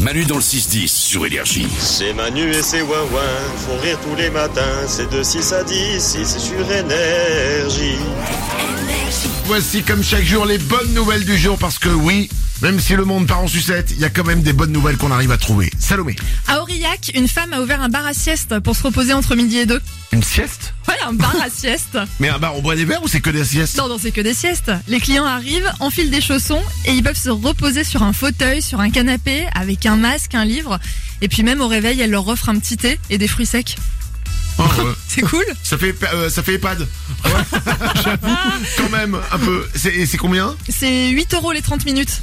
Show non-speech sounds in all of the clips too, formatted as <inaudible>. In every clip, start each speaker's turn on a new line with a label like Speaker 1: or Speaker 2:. Speaker 1: Manu dans le 6-10 sur Énergie.
Speaker 2: C'est Manu et ses Wawan font rire tous les matins. C'est de 6 à 10 c'est sur Énergie.
Speaker 3: Voici comme chaque jour les bonnes nouvelles du jour parce que oui, même si le monde part en sucette, il y a quand même des bonnes nouvelles qu'on arrive à trouver. Salomé,
Speaker 4: À Aurillac, une femme a ouvert un bar à sieste pour se reposer entre midi et deux.
Speaker 3: une sieste
Speaker 4: Ouais, un bar
Speaker 5: <laughs>
Speaker 4: à sieste.
Speaker 3: Mais un bar, on boit des verres ou c'est que des siestes
Speaker 4: Non, non, c'est que des siestes. Les clients arrivent, enfilent des chaussons et ils peuvent se reposer sur un fauteuil, sur un canapé, avec un masque, un livre. Et puis même au réveil, elle leur offre un petit thé et des fruits secs.
Speaker 3: Oh, ouais.
Speaker 4: C'est cool
Speaker 3: Ça fait, euh, ça fait EHPAD. <laughs> Ouais, j'avoue, quand même, un peu. C'est et c'est combien
Speaker 4: C'est 8 euros les 30 minutes.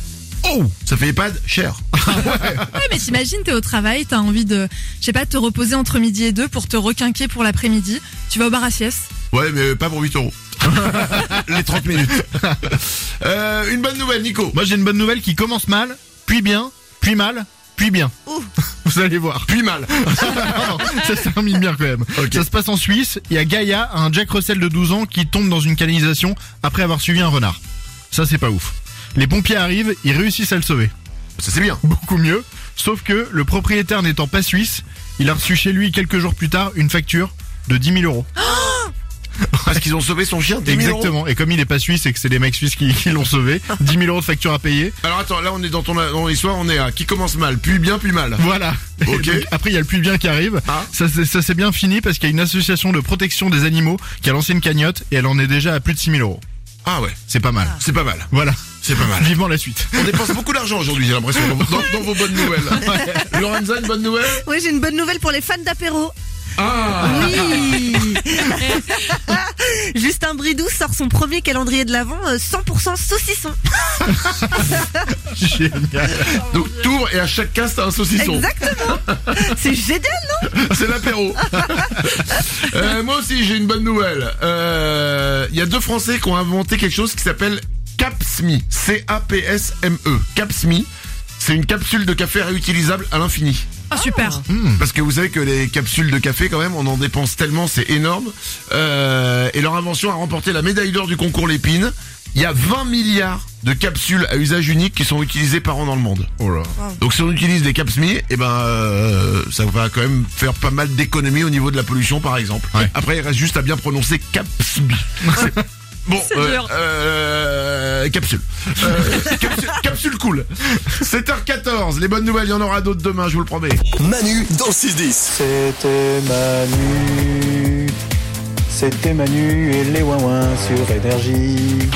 Speaker 3: Oh Ça fait EHPAD cher.
Speaker 4: Ouais, mais t'imagines, t'es au travail, t'as envie de, je sais pas, te reposer entre midi et deux pour te requinquer pour l'après-midi. Tu vas au bar à sieste.
Speaker 3: Ouais, mais pas pour 8 euros.
Speaker 6: les 30 minutes.
Speaker 3: Euh, une bonne nouvelle, Nico.
Speaker 6: Moi j'ai une bonne nouvelle qui commence mal, puis bien, puis mal, puis bien. <laughs> Vous allez voir.
Speaker 3: Puis mal.
Speaker 6: Non, ça se termine bien quand même.
Speaker 3: Ok.
Speaker 6: Ça se passe en Suisse, il y a Gaïa, un Jack Russell de 12 ans qui tombe dans une canalisation après avoir suivi un renard. Ça c'est pas ouf. Les pompiers arrivent, ils réussissent à le sauver.
Speaker 3: Ça c'est bien.
Speaker 6: Beaucoup mieux, sauf que le propriétaire n'étant pas suisse, il a reçu chez lui quelques jours plus tard une facture de 10 000 euros.
Speaker 3: Parce qu'ils ont sauvé son chien. 10 000 euros.
Speaker 6: Exactement. Et comme il est pas suisse et que c'est des mecs suisses qui, qui
Speaker 3: <laughs>
Speaker 6: l'ont sauvé, 10 000 euros de facture à payer.
Speaker 3: Alors attends, là on est dans ton dans l'histoire, on est à qui commence mal, puis bien, puis mal.
Speaker 6: Voilà. Et
Speaker 3: Ok.
Speaker 6: donc, après, il y a le plus bien qui arrive.
Speaker 3: Ah.
Speaker 6: Ça, c'est- ça s'est bien fini parce qu'il y a une association de protection des animaux qui a lancé une cagnotte et elle en est déjà à plus de 6 000 euros.
Speaker 3: Ah ouais,
Speaker 6: C'est pas mal.
Speaker 3: c'est pas mal.
Speaker 6: Voilà.
Speaker 3: C'est pas mal.
Speaker 6: <laughs> Vivement
Speaker 3: <laughs>
Speaker 6: la suite.
Speaker 3: On dépense beaucoup d'argent aujourd'hui, j'ai l'impression, dans, dans- dans vos
Speaker 5: <laughs>
Speaker 3: bonnes nouvelles. Lorenza, une bonne nouvelle
Speaker 5: Oui, j'ai une bonne nouvelle pour les fans d'apéro.
Speaker 3: Ah
Speaker 5: Oui Justin Bridou sort son premier calendrier de l'Avent euh, 100% saucisson.
Speaker 6: Génial.
Speaker 3: Donc t'ouvres et à chaque casse t'as un saucisson.
Speaker 5: Exactement C'est génial, non
Speaker 3: <laughs> C'est
Speaker 5: <laughs>
Speaker 3: l'apéro. Euh, moi aussi j'ai une bonne nouvelle. Euh, Il y a deux Français qui ont inventé quelque chose qui s'appelle Capsmi. C-A-P-S-M-E. E. Capsmi. C'est une capsule de café réutilisable à l'infini.
Speaker 4: Oh, super.
Speaker 3: Parce que vous savez que les capsules de café, quand même, on en dépense tellement, c'est énorme. Euh, et leur invention a remporté la médaille d'or du concours Lépine. Il y a 20 milliards de capsules à usage unique qui sont utilisées par an dans le monde. Donc si on utilise des capsmi, eh ben, euh, ça va quand même faire pas mal d'économies au niveau de la pollution, par exemple. Après, il reste juste à bien prononcer capsmi. C'est- <laughs> Bon,
Speaker 4: C'est
Speaker 3: euh,
Speaker 4: dur.
Speaker 3: euh, capsule. Euh, <laughs> capsule. Capsule cool. 7h14, les bonnes nouvelles, il y en aura d'autres demain, je vous le promets.
Speaker 1: Manu dans le 6-10.
Speaker 7: C'était Manu. C'était Manu et les Wawins sur Énergie.